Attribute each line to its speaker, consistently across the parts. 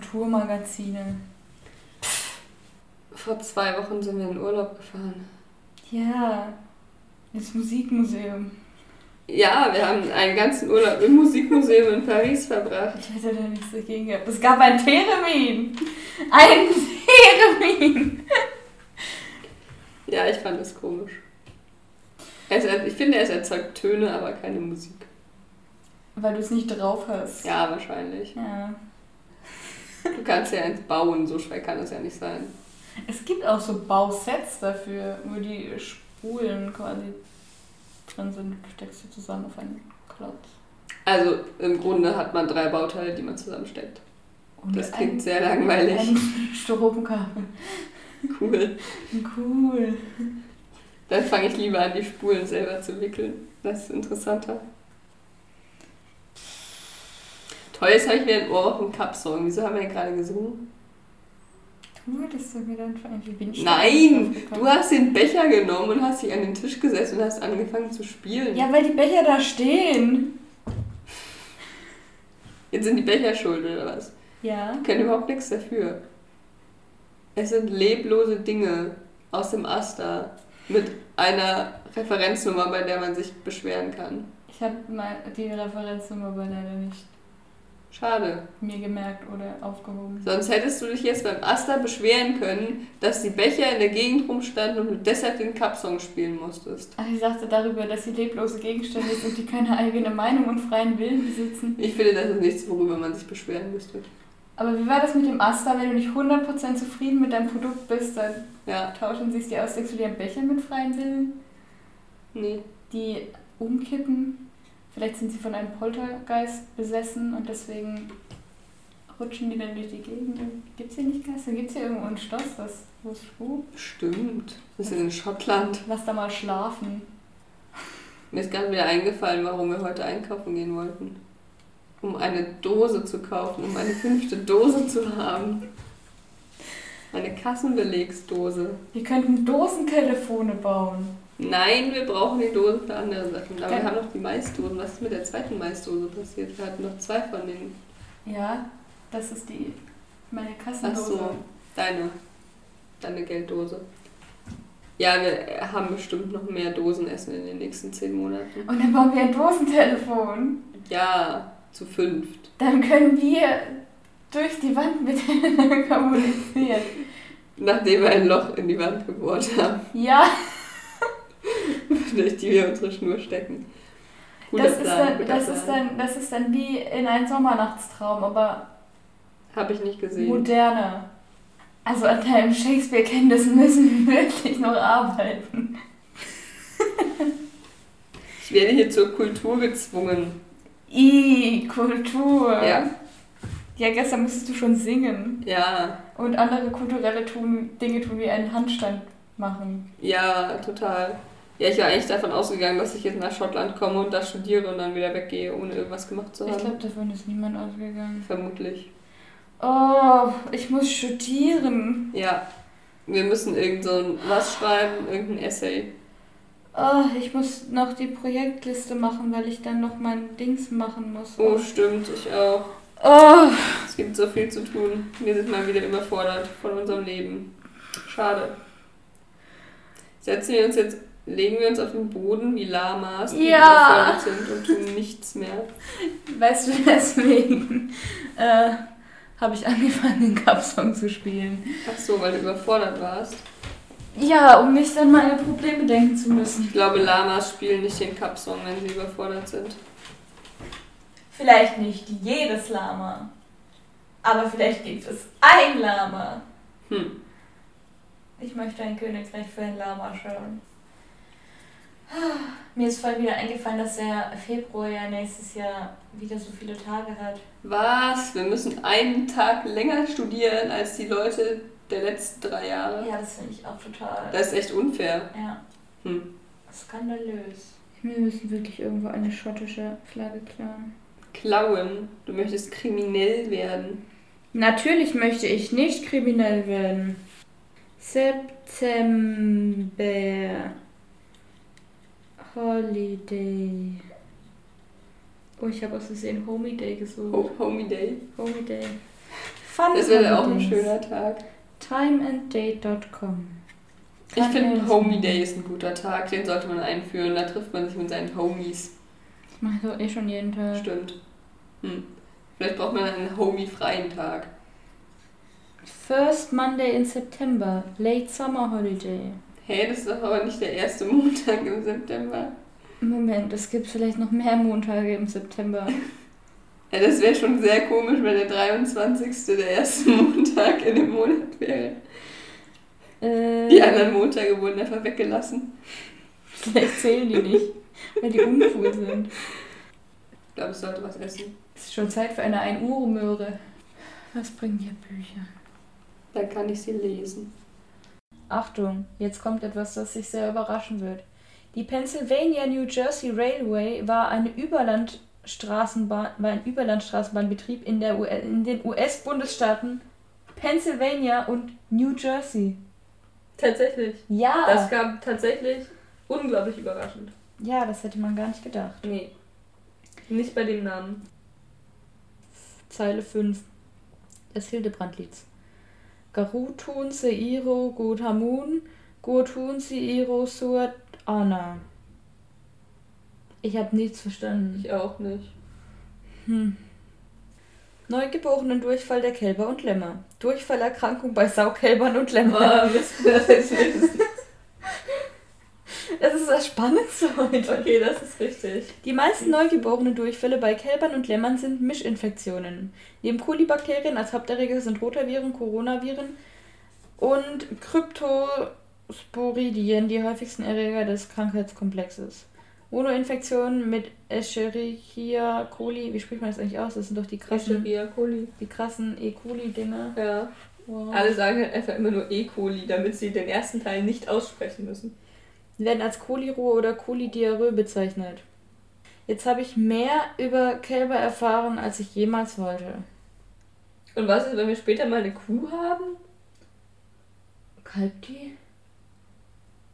Speaker 1: Kulturmagazine.
Speaker 2: Vor zwei Wochen sind wir in Urlaub gefahren.
Speaker 1: Ja, das Musikmuseum.
Speaker 2: Ja, wir haben einen ganzen Urlaub im Musikmuseum in Paris verbracht.
Speaker 1: Ich hätte da nichts dagegen gehabt. Es gab ein Theremin. Ein Theremin.
Speaker 2: Ja, ich fand das komisch. Es, er- ich finde, es erzeugt Töne, aber keine Musik.
Speaker 1: Weil du es nicht drauf hast.
Speaker 2: Ja, wahrscheinlich.
Speaker 1: ja.
Speaker 2: Du kannst ja eins bauen, so schwer kann es ja nicht sein.
Speaker 1: Es gibt auch so Bausets dafür, wo die Spulen quasi drin sind. Du steckst sie zusammen auf einen Klotz.
Speaker 2: Also im Grunde hat man drei Bauteile, die man zusammensteckt.
Speaker 1: Und
Speaker 2: Das
Speaker 1: ein-
Speaker 2: klingt sehr langweilig.
Speaker 1: Ein Stromkabel.
Speaker 2: Cool.
Speaker 1: Cool.
Speaker 2: Dann fange ich lieber an, die Spulen selber zu wickeln. Das ist interessanter. Toll, jetzt habe ich wieder einen Ohrwochen-Cup-Song. Wieso haben wir den gerade gesungen?
Speaker 1: Du hattest so gedacht, wie bin ich
Speaker 2: Nein!
Speaker 1: da
Speaker 2: Du hast den Becher genommen und hast dich an den Tisch gesetzt und hast angefangen zu spielen.
Speaker 1: Ja, weil die Becher da stehen.
Speaker 2: Jetzt sind die Becher schuld oder was?
Speaker 1: Ja.
Speaker 2: Die können überhaupt nichts dafür. Es sind leblose Dinge aus dem Asta mit einer Referenznummer, bei der man sich beschweren kann.
Speaker 1: Ich habe mal die Referenznummer aber leider nicht
Speaker 2: Schade.
Speaker 1: mir gemerkt oder aufgehoben.
Speaker 2: Sonst hättest du dich jetzt beim Asta beschweren können, dass die Becher in der Gegend rumstanden und du deshalb den Cup-Song spielen musstest.
Speaker 1: Ach, ich sagte darüber, dass sie leblose Gegenstände sind, die keine eigene Meinung und freien Willen besitzen.
Speaker 2: Ich finde, das ist nichts, worüber man sich beschweren müsste.
Speaker 1: Aber wie war das mit dem Asta? Wenn du nicht 100% zufrieden mit deinem Produkt bist, dann
Speaker 2: Ja,
Speaker 1: tauschen sich die aus. Denkst du dir einen Becher mit freiem Willen?
Speaker 2: nee.
Speaker 1: Die umkippen? Vielleicht sind sie von einem Poltergeist besessen und deswegen rutschen die dann durch die Gegend. Gibt es hier nicht Geister? Gibt es hier irgendwo ein Schloss, das, wo es spukt?
Speaker 2: Stimmt. Wir sind in Schottland.
Speaker 1: Lass da mal schlafen.
Speaker 2: Mir ist gerade wieder eingefallen, warum wir heute einkaufen gehen wollten. Um eine Dose zu kaufen, um eine fünfte Dose zu haben. Eine Kassenbelegsdose.
Speaker 1: Wir könnten Dosentelefone bauen.
Speaker 2: Nein, wir brauchen die Dose für andere Sachen. Aber
Speaker 1: Ja.
Speaker 2: wir haben noch die Maisdosen. Was ist mit der zweiten Maisdose passiert? Wir hatten noch zwei von denen.
Speaker 1: Ja, das ist die meine
Speaker 2: Ach
Speaker 1: Kassendose.
Speaker 2: so, deine. Deine Gelddose. Ja, wir haben bestimmt noch mehr Dosenessen in den nächsten zehn Monaten.
Speaker 1: Und dann bauen wir ein Dosentelefon.
Speaker 2: Ja, zu fünft.
Speaker 1: Dann können wir durch die Wand miteinander kommunizieren.
Speaker 2: Nachdem wir ein Loch in die Wand gebohrt haben.
Speaker 1: Ja,
Speaker 2: durch die wir unsere Schnur stecken. Guter
Speaker 1: das ist,
Speaker 2: Plan,
Speaker 1: dann,
Speaker 2: guter
Speaker 1: das, ist
Speaker 2: Plan.
Speaker 1: dann, das ist dann wie in einem Sommernachtstraum, aber
Speaker 2: Hab ich nicht gesehen.
Speaker 1: moderner. Also an deinem Shakespeare-Kenntnis müssen wir wirklich noch arbeiten.
Speaker 2: Ich werde hier zur Kultur gezwungen.
Speaker 1: I, Kultur.
Speaker 2: Ja,
Speaker 1: ja, gestern musstest du schon singen.
Speaker 2: ja,
Speaker 1: Und andere kulturelle tun, Dinge tun, wie einen Handstand machen.
Speaker 2: ja, total. Ja, ich war eigentlich davon ausgegangen, dass ich jetzt nach Schottland komme und da studiere und dann wieder weggehe, ohne irgendwas gemacht zu haben.
Speaker 1: Ich glaube, davon ist niemand ausgegangen.
Speaker 2: Vermutlich.
Speaker 1: Oh, ich muss studieren.
Speaker 2: Ja. Wir müssen irgend so ein was schreiben, irgendein Essay.
Speaker 1: Oh, ich muss noch die Projektliste machen, weil ich dann noch mein Dings machen muss.
Speaker 2: Oh, stimmt, ich auch.
Speaker 1: Oh,
Speaker 2: Es gibt so viel zu tun. Wir sind mal wieder überfordert von unserem Leben. Schade. Setzen wir uns jetzt, legen wir uns auf den Boden wie Lamas, die
Speaker 1: Ja.
Speaker 2: überfordert sind und tun nichts mehr.
Speaker 1: weißt du, deswegen äh, habe ich angefangen, den Cup-Song zu spielen.
Speaker 2: Ach so, weil du überfordert warst.
Speaker 1: Ja, um nicht an meine Probleme denken zu müssen.
Speaker 2: Ich glaube, Lamas spielen nicht den Cup-Song, wenn sie überfordert sind.
Speaker 1: Vielleicht nicht jedes Lama, aber vielleicht gibt es ein Lama.
Speaker 2: Hm.
Speaker 1: Ich möchte ein Königreich für ein Lama schauen. Mir ist voll wieder eingefallen, dass der Februar ja nächstes Jahr wieder so viele Tage hat.
Speaker 2: Was? Wir müssen einen Tag länger studieren als die Leute der letzten drei Jahre.
Speaker 1: Ja, das finde ich auch total.
Speaker 2: Das ist echt unfair.
Speaker 1: ja.
Speaker 2: Hm.
Speaker 1: Skandalös. Wir müssen wirklich irgendwo eine schottische Flagge klauen.
Speaker 2: Klauen. Du möchtest kriminell werden.
Speaker 1: Natürlich möchte ich nicht kriminell werden. September. Holiday. Oh, ich habe aus Versehen Homie Day gesucht.
Speaker 2: Ho Homie Day.
Speaker 1: Holiday.
Speaker 3: Fun
Speaker 2: Das wäre auch ein
Speaker 3: Holidays.
Speaker 2: schöner Tag.
Speaker 1: Timeanddate.com.
Speaker 2: Ich
Speaker 3: Kann
Speaker 2: finde,
Speaker 3: ich.
Speaker 2: Homie Day ist ein guter Tag. Den sollte man einführen. Da trifft man sich mit seinen Homies.
Speaker 1: Ich mache so eh schon jeden Tag.
Speaker 2: Stimmt. Hm. Vielleicht braucht man einen Homie-freien Tag.
Speaker 1: First Monday in September. Late Summer Holiday.
Speaker 2: Hä, hey, das ist doch aber nicht der erste Montag im September.
Speaker 1: Moment, es gibt vielleicht noch mehr Montage im September.
Speaker 2: Ja, das wäre schon sehr komisch, wenn der 23. der erste Montag in dem Monat wäre.
Speaker 1: Äh,
Speaker 2: Die anderen Montage wurden einfach weggelassen.
Speaker 1: Vielleicht zählen die nicht, weil die uncool sind.
Speaker 2: Ich glaube, ich sollte was essen.
Speaker 3: Es ist schon Zeit für eine 1 Uhr Möhre.
Speaker 1: Was bringen dir Bücher?
Speaker 2: Dann kann ich sie lesen.
Speaker 1: Achtung, jetzt kommt etwas, das sich sehr überraschen wird. Die Pennsylvania New Jersey Railway war eine Überlandstraßenbahn, war ein Überlandstraßenbahnbetrieb in, der U in den US-Bundesstaaten Pennsylvania und New Jersey.
Speaker 4: Tatsächlich.
Speaker 1: Ja,
Speaker 2: Ah.
Speaker 4: Das kam tatsächlich unglaublich überraschend.
Speaker 1: ja, das hätte man gar nicht gedacht.
Speaker 4: Nee. Nicht bei dem Namen.
Speaker 1: Zeile 5 des Hildebrandt-Lieds. Garutun seiro guthamun, gutun seiro suat ana. Ich habe nichts verstanden.
Speaker 4: Ich auch nicht.
Speaker 1: Hm. Neugeborenen Durchfall der Kälber und Lämmer. Durchfallerkrankung bei Saukälbern und Lämmer.
Speaker 4: Oh, müssen wir das jetzt lesen?
Speaker 1: Das ist das Spannendste heute.
Speaker 4: Okay, das ist richtig.
Speaker 1: Die meisten neugeborenen Durchfälle bei Kälbern und Lämmern sind Mischinfektionen. Neben Kolibakterien als Haupterreger sind Rotaviren, Coronaviren und Kryptosporidien die häufigsten Erreger des Krankheitskomplexes. Monoinfektionen mit Escherichia coli, wie spricht man das eigentlich aus? Das sind doch die krassen,
Speaker 4: Escherichia coli.
Speaker 1: die krassen E. coli-Dinger.
Speaker 4: Ja.
Speaker 1: Wow.
Speaker 4: Alle sagen halt einfach immer nur E. coli, damit sie den ersten Teil nicht aussprechen müssen.
Speaker 1: Die werden als Choliro oder Colidiarrhoe bezeichnet. Jetzt habe ich mehr über Kälber erfahren, als ich jemals wollte.
Speaker 4: Und was ist, wenn wir später mal eine Kuh haben?
Speaker 1: Kalbt die?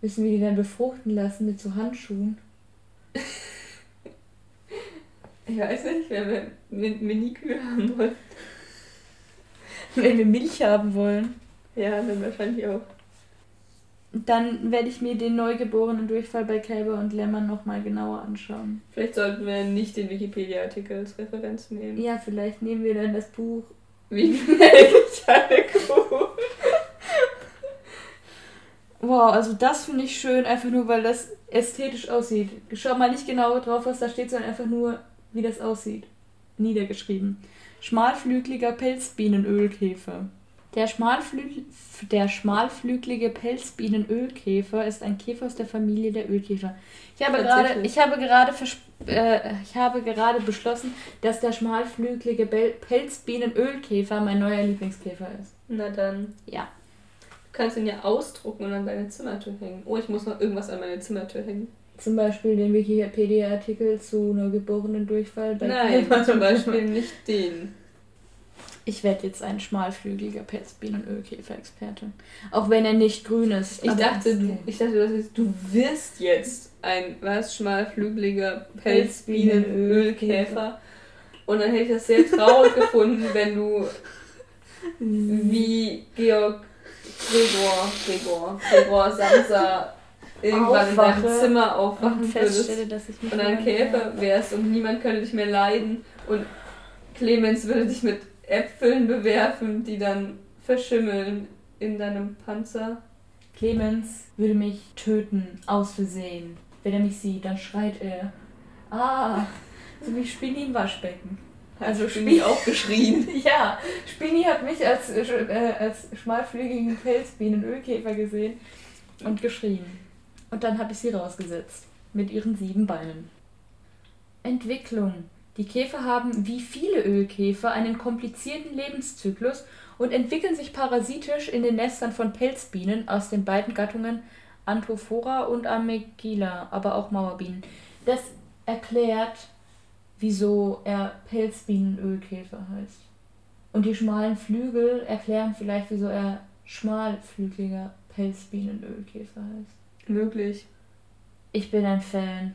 Speaker 1: Müssen wir die dann befruchten lassen mit so Handschuhen?
Speaker 4: Ich weiß nicht, wenn wir Min- Mini-Kühe haben wollen.
Speaker 1: Wenn wir Milch haben wollen.
Speaker 4: Ja, dann wahrscheinlich auch.
Speaker 1: Dann werde ich mir den neugeborenen Durchfall bei Kälber und Lämmern nochmal genauer anschauen.
Speaker 4: Vielleicht sollten wir nicht den Wikipedia-Artikel als Referenz nehmen.
Speaker 1: Ja, vielleicht nehmen wir dann das Buch.
Speaker 4: Wie melde ich eine Kuh?
Speaker 1: Wow, also das finde ich schön, einfach nur weil das ästhetisch aussieht. Schau mal nicht genau drauf, was da steht, sondern einfach nur, wie das aussieht. Niedergeschrieben. Schmalflügeliger Pelzbienenölkäfer. Der, Schmalflü der schmalflügelige Pelzbienenölkäfer ist ein Käfer aus der Familie der Ölkäfer. Ich habe gerade,
Speaker 4: Tatsächlich.
Speaker 1: ich habe gerade, versp- äh, ich habe gerade beschlossen, dass der schmalflügelige Bel- Pelzbienenölkäfer mein neuer Lieblingskäfer ist.
Speaker 4: Na dann.
Speaker 1: Ja.
Speaker 4: Du kannst ihn ja ausdrucken und an deine Zimmertür hängen. Oh, ich muss noch irgendwas an meine Zimmertür hängen.
Speaker 1: Zum Beispiel den Wikipedia-Artikel zu neugeborenen Durchfall. bei
Speaker 4: Nein,
Speaker 1: Kindern.
Speaker 4: zum Beispiel nicht den.
Speaker 1: Ich werde jetzt ein schmalflügeliger Pelzbienenölkäfer-Experte. Auch wenn er nicht grün ist.
Speaker 4: Ich
Speaker 1: aber-
Speaker 4: dachte, du, ich dachte, das ist, du wirst jetzt ein was schmalflügeliger Pelzbienenölkäfer. Und dann hätte ich das sehr traurig gefunden, wenn du wie Georg Gregor, Gregor, Gregor Samsa irgendwann in
Speaker 1: Aufwache
Speaker 4: deinem Zimmer
Speaker 1: und
Speaker 4: aufwachen würdest.
Speaker 1: feststelle, dass ich mich
Speaker 4: und ein Käfer wärst und niemand könnte dich mehr leiden und Clemens würde dich mit Äpfeln bewerfen, die dann verschimmeln in deinem Panzer.
Speaker 1: Clemens würde mich töten, aus Versehen. Wenn er mich sieht, dann schreit er. Ah, so wie Spinni im Waschbecken. Also Spinni
Speaker 4: auch geschrien.
Speaker 1: Ja, Spinni hat mich als, äh, sch- äh, als schmalflügigen Pelzbienenölkäfer gesehen und geschrien. Und dann habe ich sie rausgesetzt. Mit ihren sieben Beinen. Entwicklung. Die Käfer haben, wie viele Ölkäfer, einen komplizierten Lebenszyklus und entwickeln sich parasitisch in den Nestern von Pelzbienen aus den beiden Gattungen Anthophora und Amygdala, aber auch Mauerbienen. Das erklärt, wieso er Pelzbienenölkäfer heißt. Und die schmalen Flügel erklären vielleicht, wieso er schmalflügeliger Pelzbienenölkäfer heißt.
Speaker 4: Möglich.
Speaker 1: Ich bin ein Fan.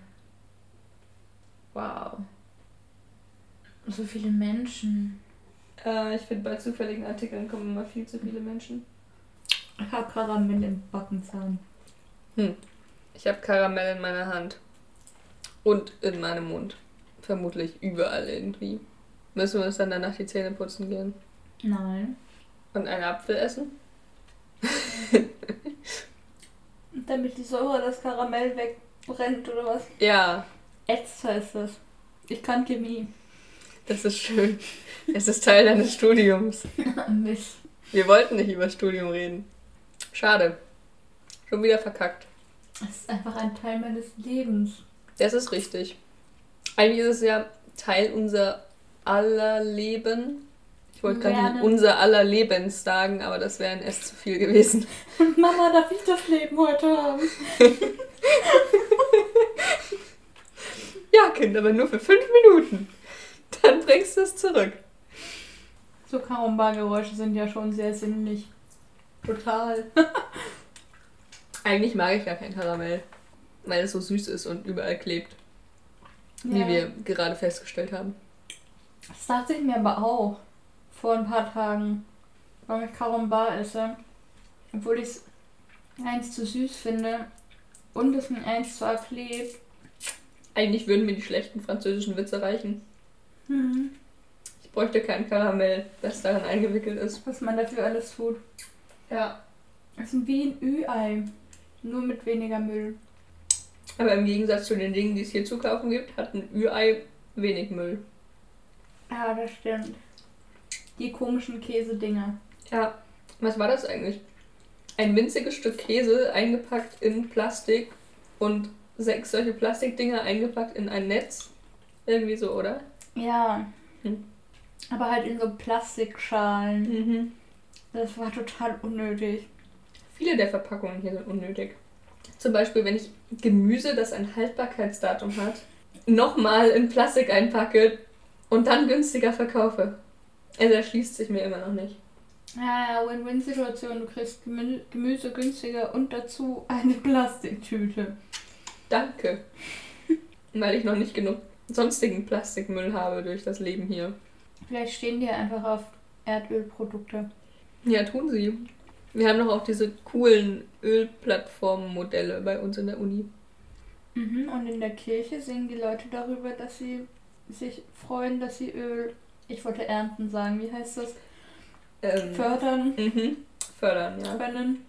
Speaker 1: Wow. So viele Menschen.
Speaker 4: Äh, ich finde, bei zufälligen Artikeln kommen immer viel zu viele Menschen.
Speaker 1: Ich habe Karamell im Backenzahn.
Speaker 2: Hm. Ich habe Karamell in meiner Hand. Und in meinem Mund. Vermutlich überall irgendwie. Müssen wir uns dann danach die Zähne putzen gehen?
Speaker 1: Nein.
Speaker 2: Und einen Apfel essen?
Speaker 4: Damit die Säure das Karamell wegbrennt oder was?
Speaker 2: Ja,
Speaker 3: Ätzter ist das. Ich kann Chemie.
Speaker 2: das ist schön. Es ist Teil deines Studiums.
Speaker 1: Mist.
Speaker 2: Wir wollten nicht über Studium reden. Schade. Schon wieder verkackt.
Speaker 1: Das ist einfach ein Teil meines Lebens.
Speaker 2: Das ist richtig. Eigentlich ist es ja Teil unser aller Leben. Ich wollte gerade
Speaker 3: Lernen.
Speaker 2: unser aller Lebens sagen, aber das wäre ein S zu viel gewesen.
Speaker 3: Mama, darf ich das Leben heute haben?
Speaker 2: Ja, Kind, aber nur für fünf Minuten. Dann bringst du es zurück.
Speaker 3: So Karumba-Geräusche sind ja schon sehr sinnlich.
Speaker 2: Total. Eigentlich mag ich gar kein Karamell, weil es so süß ist und überall klebt, wie wir gerade festgestellt haben.
Speaker 3: Das dachte ich mir aber auch vor ein paar Tagen, weil ich Karumba esse. Obwohl ich es eins zu süß finde und es ein eins zu arg klebt.
Speaker 2: Eigentlich würden mir die schlechten französischen Witze reichen.
Speaker 3: Mhm.
Speaker 2: Ich bräuchte kein Karamell, das darin eingewickelt ist.
Speaker 3: Was man dafür alles tut.
Speaker 2: Ja.
Speaker 3: Es ist wie ein Ü-Ei, nur mit weniger Müll.
Speaker 2: Aber im Gegensatz zu den Dingen, die es hier zu kaufen gibt, hat ein Ürei wenig Müll.
Speaker 3: Ja, das stimmt. Die komischen Käsedinger.
Speaker 2: Ja, was war das eigentlich? Ein winziges Stück Käse eingepackt in Plastik und sechs solche Plastikdinger eingepackt in ein Netz. Irgendwie so, oder?
Speaker 3: Ja.
Speaker 2: Hm.
Speaker 3: Aber halt in so Plastikschalen.
Speaker 2: Mhm.
Speaker 3: Das war total unnötig.
Speaker 2: Viele der Verpackungen hier sind unnötig. Zum Beispiel, wenn ich Gemüse, das ein Haltbarkeitsdatum hat, nochmal in Plastik einpacke und dann günstiger verkaufe. Also erschließt sich mir immer noch nicht.
Speaker 3: Ja, ja, Win-Win-Situation. Du kriegst Gemü Gemüse günstiger und dazu eine Plastiktüte.
Speaker 2: Danke. Weil ich noch nicht genug sonstigen Plastikmüll habe durch das Leben hier.
Speaker 3: Vielleicht stehen die ja einfach auf Erdölprodukte.
Speaker 2: Ja, tun sie. Wir haben doch auch diese coolen Ölplattformmodelle bei uns in der Uni.
Speaker 3: Mhm. Und in der Kirche singen die Leute darüber, dass sie sich freuen, dass sie Öl, ich wollte ernten sagen, wie heißt das?
Speaker 2: Ähm,
Speaker 3: Fördern
Speaker 2: mhm. Fördern, ja.
Speaker 3: können.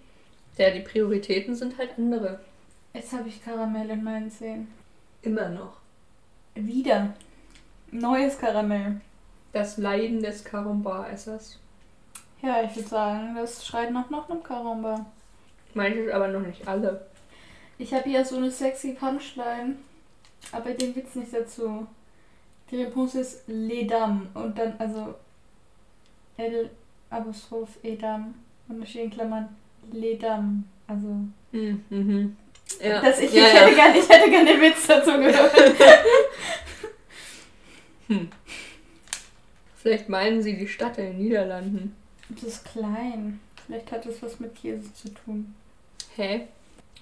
Speaker 2: Ja, die Prioritäten sind halt andere.
Speaker 3: Jetzt habe ich Karamell in meinen Zähnen.
Speaker 2: Immer noch.
Speaker 3: Wieder. Neues Karamell.
Speaker 2: Das Leiden des Karumbar-Essers.
Speaker 3: Ja, ich würde sagen, das schreit nach noch einem Karamba.
Speaker 2: Manche, aber noch nicht alle.
Speaker 3: Ich habe ja so eine sexy Punchline, aber den Witz nicht dazu. Die Réponse ist Ledam und dann also L Apostroph Edam und da steht in Klammern Ledam. Also
Speaker 2: Mhm. Ja.
Speaker 3: dass ich,
Speaker 2: ja,
Speaker 3: ich,
Speaker 2: ja.
Speaker 3: hätte gern, ich hätte gerne den Witz dazu gehört.
Speaker 2: Vielleicht meinen sie die Stadt in den Niederlanden.
Speaker 3: Das ist klein. Vielleicht hat das was mit Käse zu tun.
Speaker 2: Hä?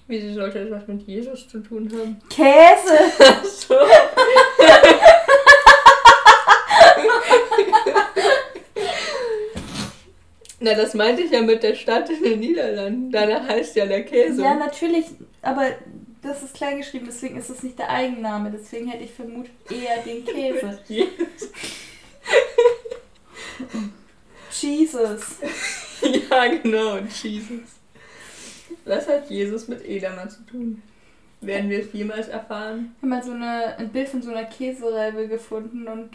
Speaker 2: Wieso sollte das was mit Jesus zu tun haben?
Speaker 3: Käse!
Speaker 2: So. Na, das meinte ich ja mit der Stadt in den Niederlanden. Danach heißt ja der Käse.
Speaker 3: Ja, natürlich, aber das ist klein geschrieben, deswegen ist es nicht der Eigenname. Deswegen hätte ich vermutet eher den Käse. Jesus.
Speaker 2: ja, genau, Jesus. Was hat Jesus mit Edamer zu tun? Werden wir es jemals erfahren?
Speaker 3: Ich habe mal so eine, ein Bild von so einer Käsereibe gefunden und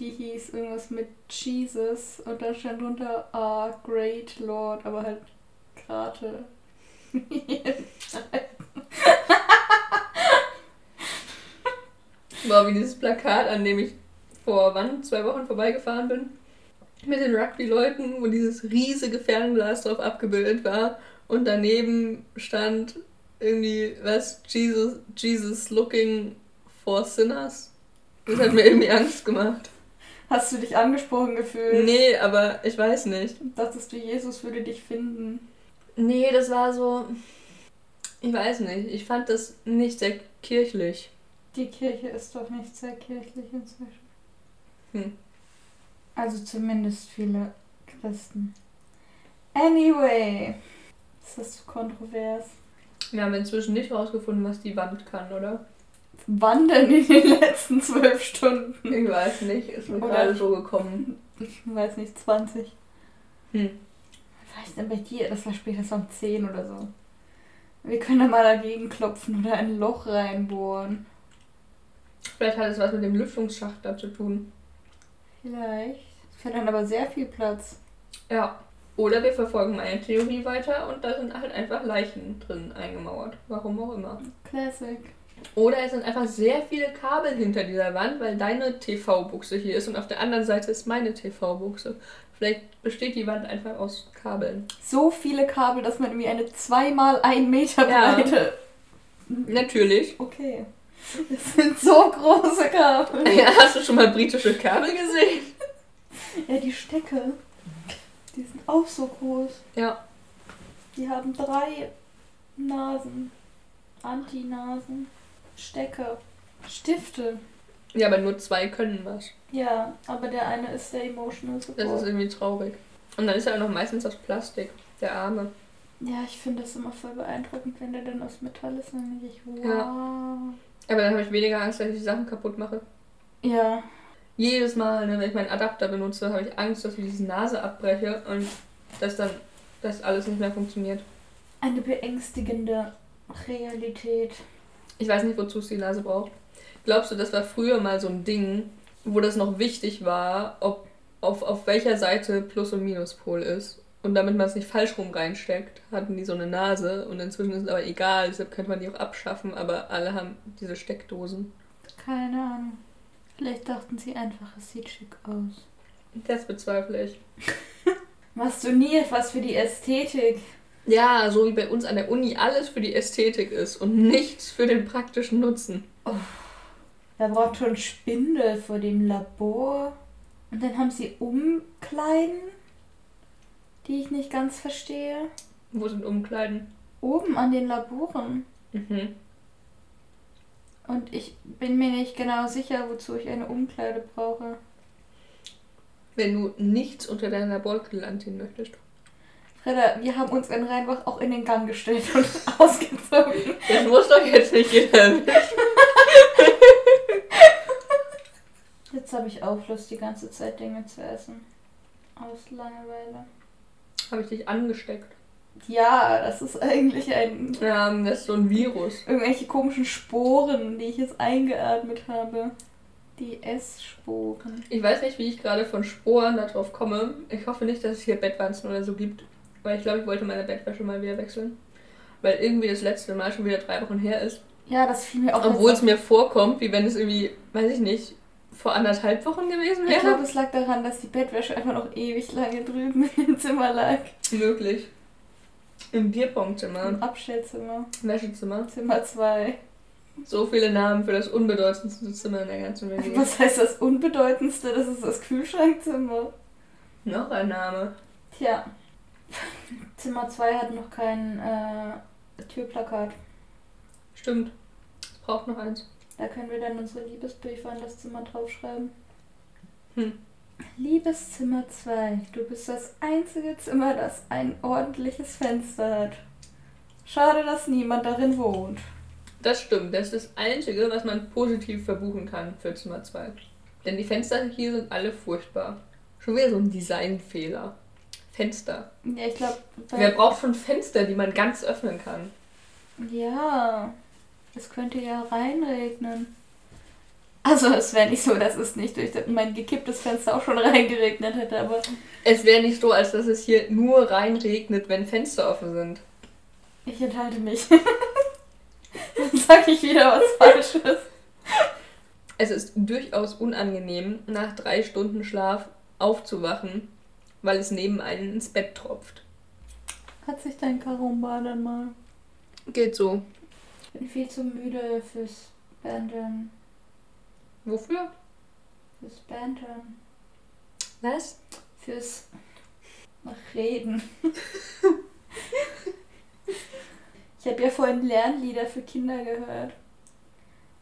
Speaker 3: die hieß irgendwas mit Jesus und da stand drunter, ah, great Lord, aber halt Karte.
Speaker 2: Wow, wie dieses Plakat, an dem ich vor wann? Zwei Wochen vorbeigefahren bin. Mit den Rugby-Leuten, wo dieses riesige Fernglas drauf abgebildet war. Und daneben stand irgendwie, was? Jesus, Jesus looking for sinners? Das hat mir irgendwie Angst gemacht.
Speaker 3: Hast du dich angesprochen gefühlt?
Speaker 2: Nee, aber ich weiß nicht.
Speaker 3: Dachtest du, Jesus würde dich finden?
Speaker 2: Nee, das war so. Ich weiß nicht. Ich fand das nicht sehr kirchlich.
Speaker 3: Die Kirche ist doch nicht sehr kirchlich inzwischen.
Speaker 2: Hm.
Speaker 3: Also zumindest viele Christen. Anyway. Ist das zu kontrovers?
Speaker 2: Wir haben inzwischen nicht rausgefunden, was die Wand kann, oder?
Speaker 3: Wann denn in den letzten zwölf Stunden?
Speaker 2: Ich weiß nicht, ist mir
Speaker 3: Oder-
Speaker 2: gerade so gekommen.
Speaker 3: Ich weiß nicht, 20.
Speaker 2: Hm.
Speaker 3: Was war ich denn bei dir? Das war spätestens um 10 oder so. Wir können da mal dagegen klopfen oder ein Loch reinbohren.
Speaker 2: Vielleicht hat es was mit dem Lüftungsschacht da zu tun.
Speaker 3: Vielleicht. Es fällt dann aber sehr viel Platz.
Speaker 2: Ja. Oder wir verfolgen meine Theorie weiter und da sind halt einfach Leichen drin eingemauert. Warum auch immer.
Speaker 3: Classic.
Speaker 2: Oder es sind einfach sehr viele Kabel hinter dieser Wand, weil deine TV-Buchse hier ist und auf der anderen Seite ist meine TV-Buchse. Vielleicht besteht die Wand einfach aus Kabeln.
Speaker 3: So viele Kabel, dass man irgendwie eine 2 mal 1 Meter
Speaker 2: Ja.
Speaker 3: breite.
Speaker 2: Natürlich.
Speaker 3: Okay. Das sind so große Kabel.
Speaker 2: Ja, hast du schon mal britische Kabel gesehen?
Speaker 3: Ja, die Stecke. Die sind auch so groß.
Speaker 2: Ja.
Speaker 3: Die haben drei Nasen. Antinasen. Stecke. Stifte.
Speaker 2: Ja, aber nur zwei können was.
Speaker 3: Ja, aber der eine ist der Emotional
Speaker 2: Das ist
Speaker 3: Support.
Speaker 2: irgendwie traurig. Und dann ist er auch noch meistens aus Plastik, der Arme.
Speaker 3: Ja, ich finde das immer voll beeindruckend, wenn der dann aus Metall ist. Dann denke ich, wow.
Speaker 2: Aber dann habe ich weniger Angst, dass ich die Sachen kaputt mache.
Speaker 3: Ja.
Speaker 2: Jedes Mal, ne, wenn ich meinen Adapter benutze, habe ich Angst, dass ich diese Nase abbreche und dass dann das alles nicht mehr funktioniert.
Speaker 3: Eine beängstigende Realität.
Speaker 2: Ich weiß nicht, wozu es die Nase braucht. Glaubst du, das war früher mal so ein Ding, wo das noch wichtig war, ob auf, auf welcher Seite Plus- und Minuspol ist? Und damit man es nicht falsch rum reinsteckt, hatten die so eine Nase und inzwischen ist es aber egal, deshalb könnte man die auch abschaffen, aber alle haben diese Steckdosen.
Speaker 3: Keine Ahnung. Vielleicht dachten sie einfach, es sieht schick aus.
Speaker 2: Das bezweifle ich.
Speaker 3: Machst du nie etwas für die Ästhetik?
Speaker 2: Ja, so wie bei uns an der Uni alles für die Ästhetik ist und nichts für den praktischen Nutzen.
Speaker 3: Da braucht schon Spindel vor dem Labor. Und dann haben sie Umkleiden, die ich nicht ganz verstehe.
Speaker 2: Wo sind Umkleiden?
Speaker 3: Oben an den Laboren.
Speaker 2: Mhm.
Speaker 3: Und ich bin mir nicht genau sicher, wozu ich eine Umkleide brauche.
Speaker 2: Wenn du nichts unter deiner Beutel anziehen möchtest.
Speaker 3: Freda, wir haben uns in Rheinbach auch in den Gang gestellt und ausgezogen.
Speaker 2: Das muss doch jetzt nicht jeder.
Speaker 3: Jetzt habe ich auch Lust, die ganze Zeit Dinge zu essen. Aus Langeweile.
Speaker 2: Habe ich dich angesteckt?
Speaker 3: Ja, das ist eigentlich ein.
Speaker 2: Ähm, das ist so ein Virus.
Speaker 3: Irgendwelche komischen Sporen, die ich jetzt eingeatmet habe. Die Esssporen.
Speaker 2: Ich weiß nicht, wie ich gerade von Sporen darauf komme. Ich hoffe nicht, dass es hier Bettwanzen oder so gibt. Weil ich glaube, ich wollte meine Bettwäsche mal wieder wechseln. Weil irgendwie das letzte Mal schon wieder drei Wochen her ist.
Speaker 3: Ja, das fiel mir auch.
Speaker 2: Obwohl es
Speaker 3: jetzt-
Speaker 2: mir vorkommt, wie wenn es irgendwie, weiß ich nicht, vor anderthalb Wochen gewesen
Speaker 3: ich
Speaker 2: wäre.
Speaker 3: glaube, es lag daran, dass die Bettwäsche einfach noch ewig lange drüben im Zimmer lag.
Speaker 2: Möglich. Im Bierpongzimmer,
Speaker 3: Im Abstellzimmer.
Speaker 2: Wäschezimmer.
Speaker 3: Zimmer 2.
Speaker 2: So viele Namen für das unbedeutendste Zimmer in der ganzen WG.
Speaker 3: Was heißt das Unbedeutendste? Das ist das Kühlschrankzimmer.
Speaker 2: Noch ein Name.
Speaker 3: Tja. Zimmer 2 hat noch kein äh, Türplakat.
Speaker 2: Stimmt. Es braucht noch eins.
Speaker 3: Da können wir dann unsere Liebesbriefe an das Zimmer draufschreiben.
Speaker 2: Hm.
Speaker 3: Liebes Zimmer 2, du bist das einzige Zimmer, das ein ordentliches Fenster hat. Schade, dass niemand darin wohnt.
Speaker 2: Das stimmt, das ist das Einzige, was man positiv verbuchen kann für Zimmer 2. Denn die Fenster hier sind alle furchtbar. Schon wieder so ein Designfehler. Fenster.
Speaker 3: Ja, ich glaube,
Speaker 2: Wer braucht schon Fenster, die man ganz öffnen kann?
Speaker 3: ja, es könnte ja reinregnen. Also es wäre nicht so, dass es nicht durch mein gekipptes Fenster auch schon reingeregnet hätte, aber
Speaker 2: Es wäre nicht so, als dass es hier nur rein regnet, wenn Fenster offen sind.
Speaker 3: ich enthalte mich. Dann sag ich wieder was Falsches.
Speaker 2: Es ist durchaus unangenehm, nach drei Stunden Schlaf aufzuwachen, weil es neben einem ins Bett tropft.
Speaker 3: Hat sich dein Karumba dann mal?
Speaker 2: Geht so.
Speaker 3: Ich bin viel zu müde fürs Bandeln.
Speaker 2: Wofür?
Speaker 3: Fürs Bandeln.
Speaker 2: Was?
Speaker 3: Fürs Reden. ich habe ja vorhin Lernlieder für Kinder gehört.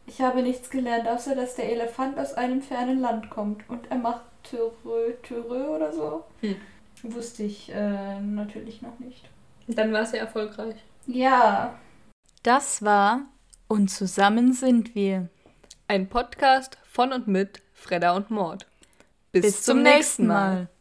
Speaker 3: Ich habe nichts gelernt, außer dass der Elefant aus einem fernen Land kommt und er macht Törö, Törö oder so.
Speaker 2: Hm.
Speaker 3: Wusste ich äh, natürlich noch nicht.
Speaker 2: Dann war es ja erfolgreich.
Speaker 3: Ja,
Speaker 1: Das war Und zusammen sind wir.
Speaker 2: Ein Podcast von und mit Fredda und Mord.
Speaker 1: Bis, zum nächsten Mal.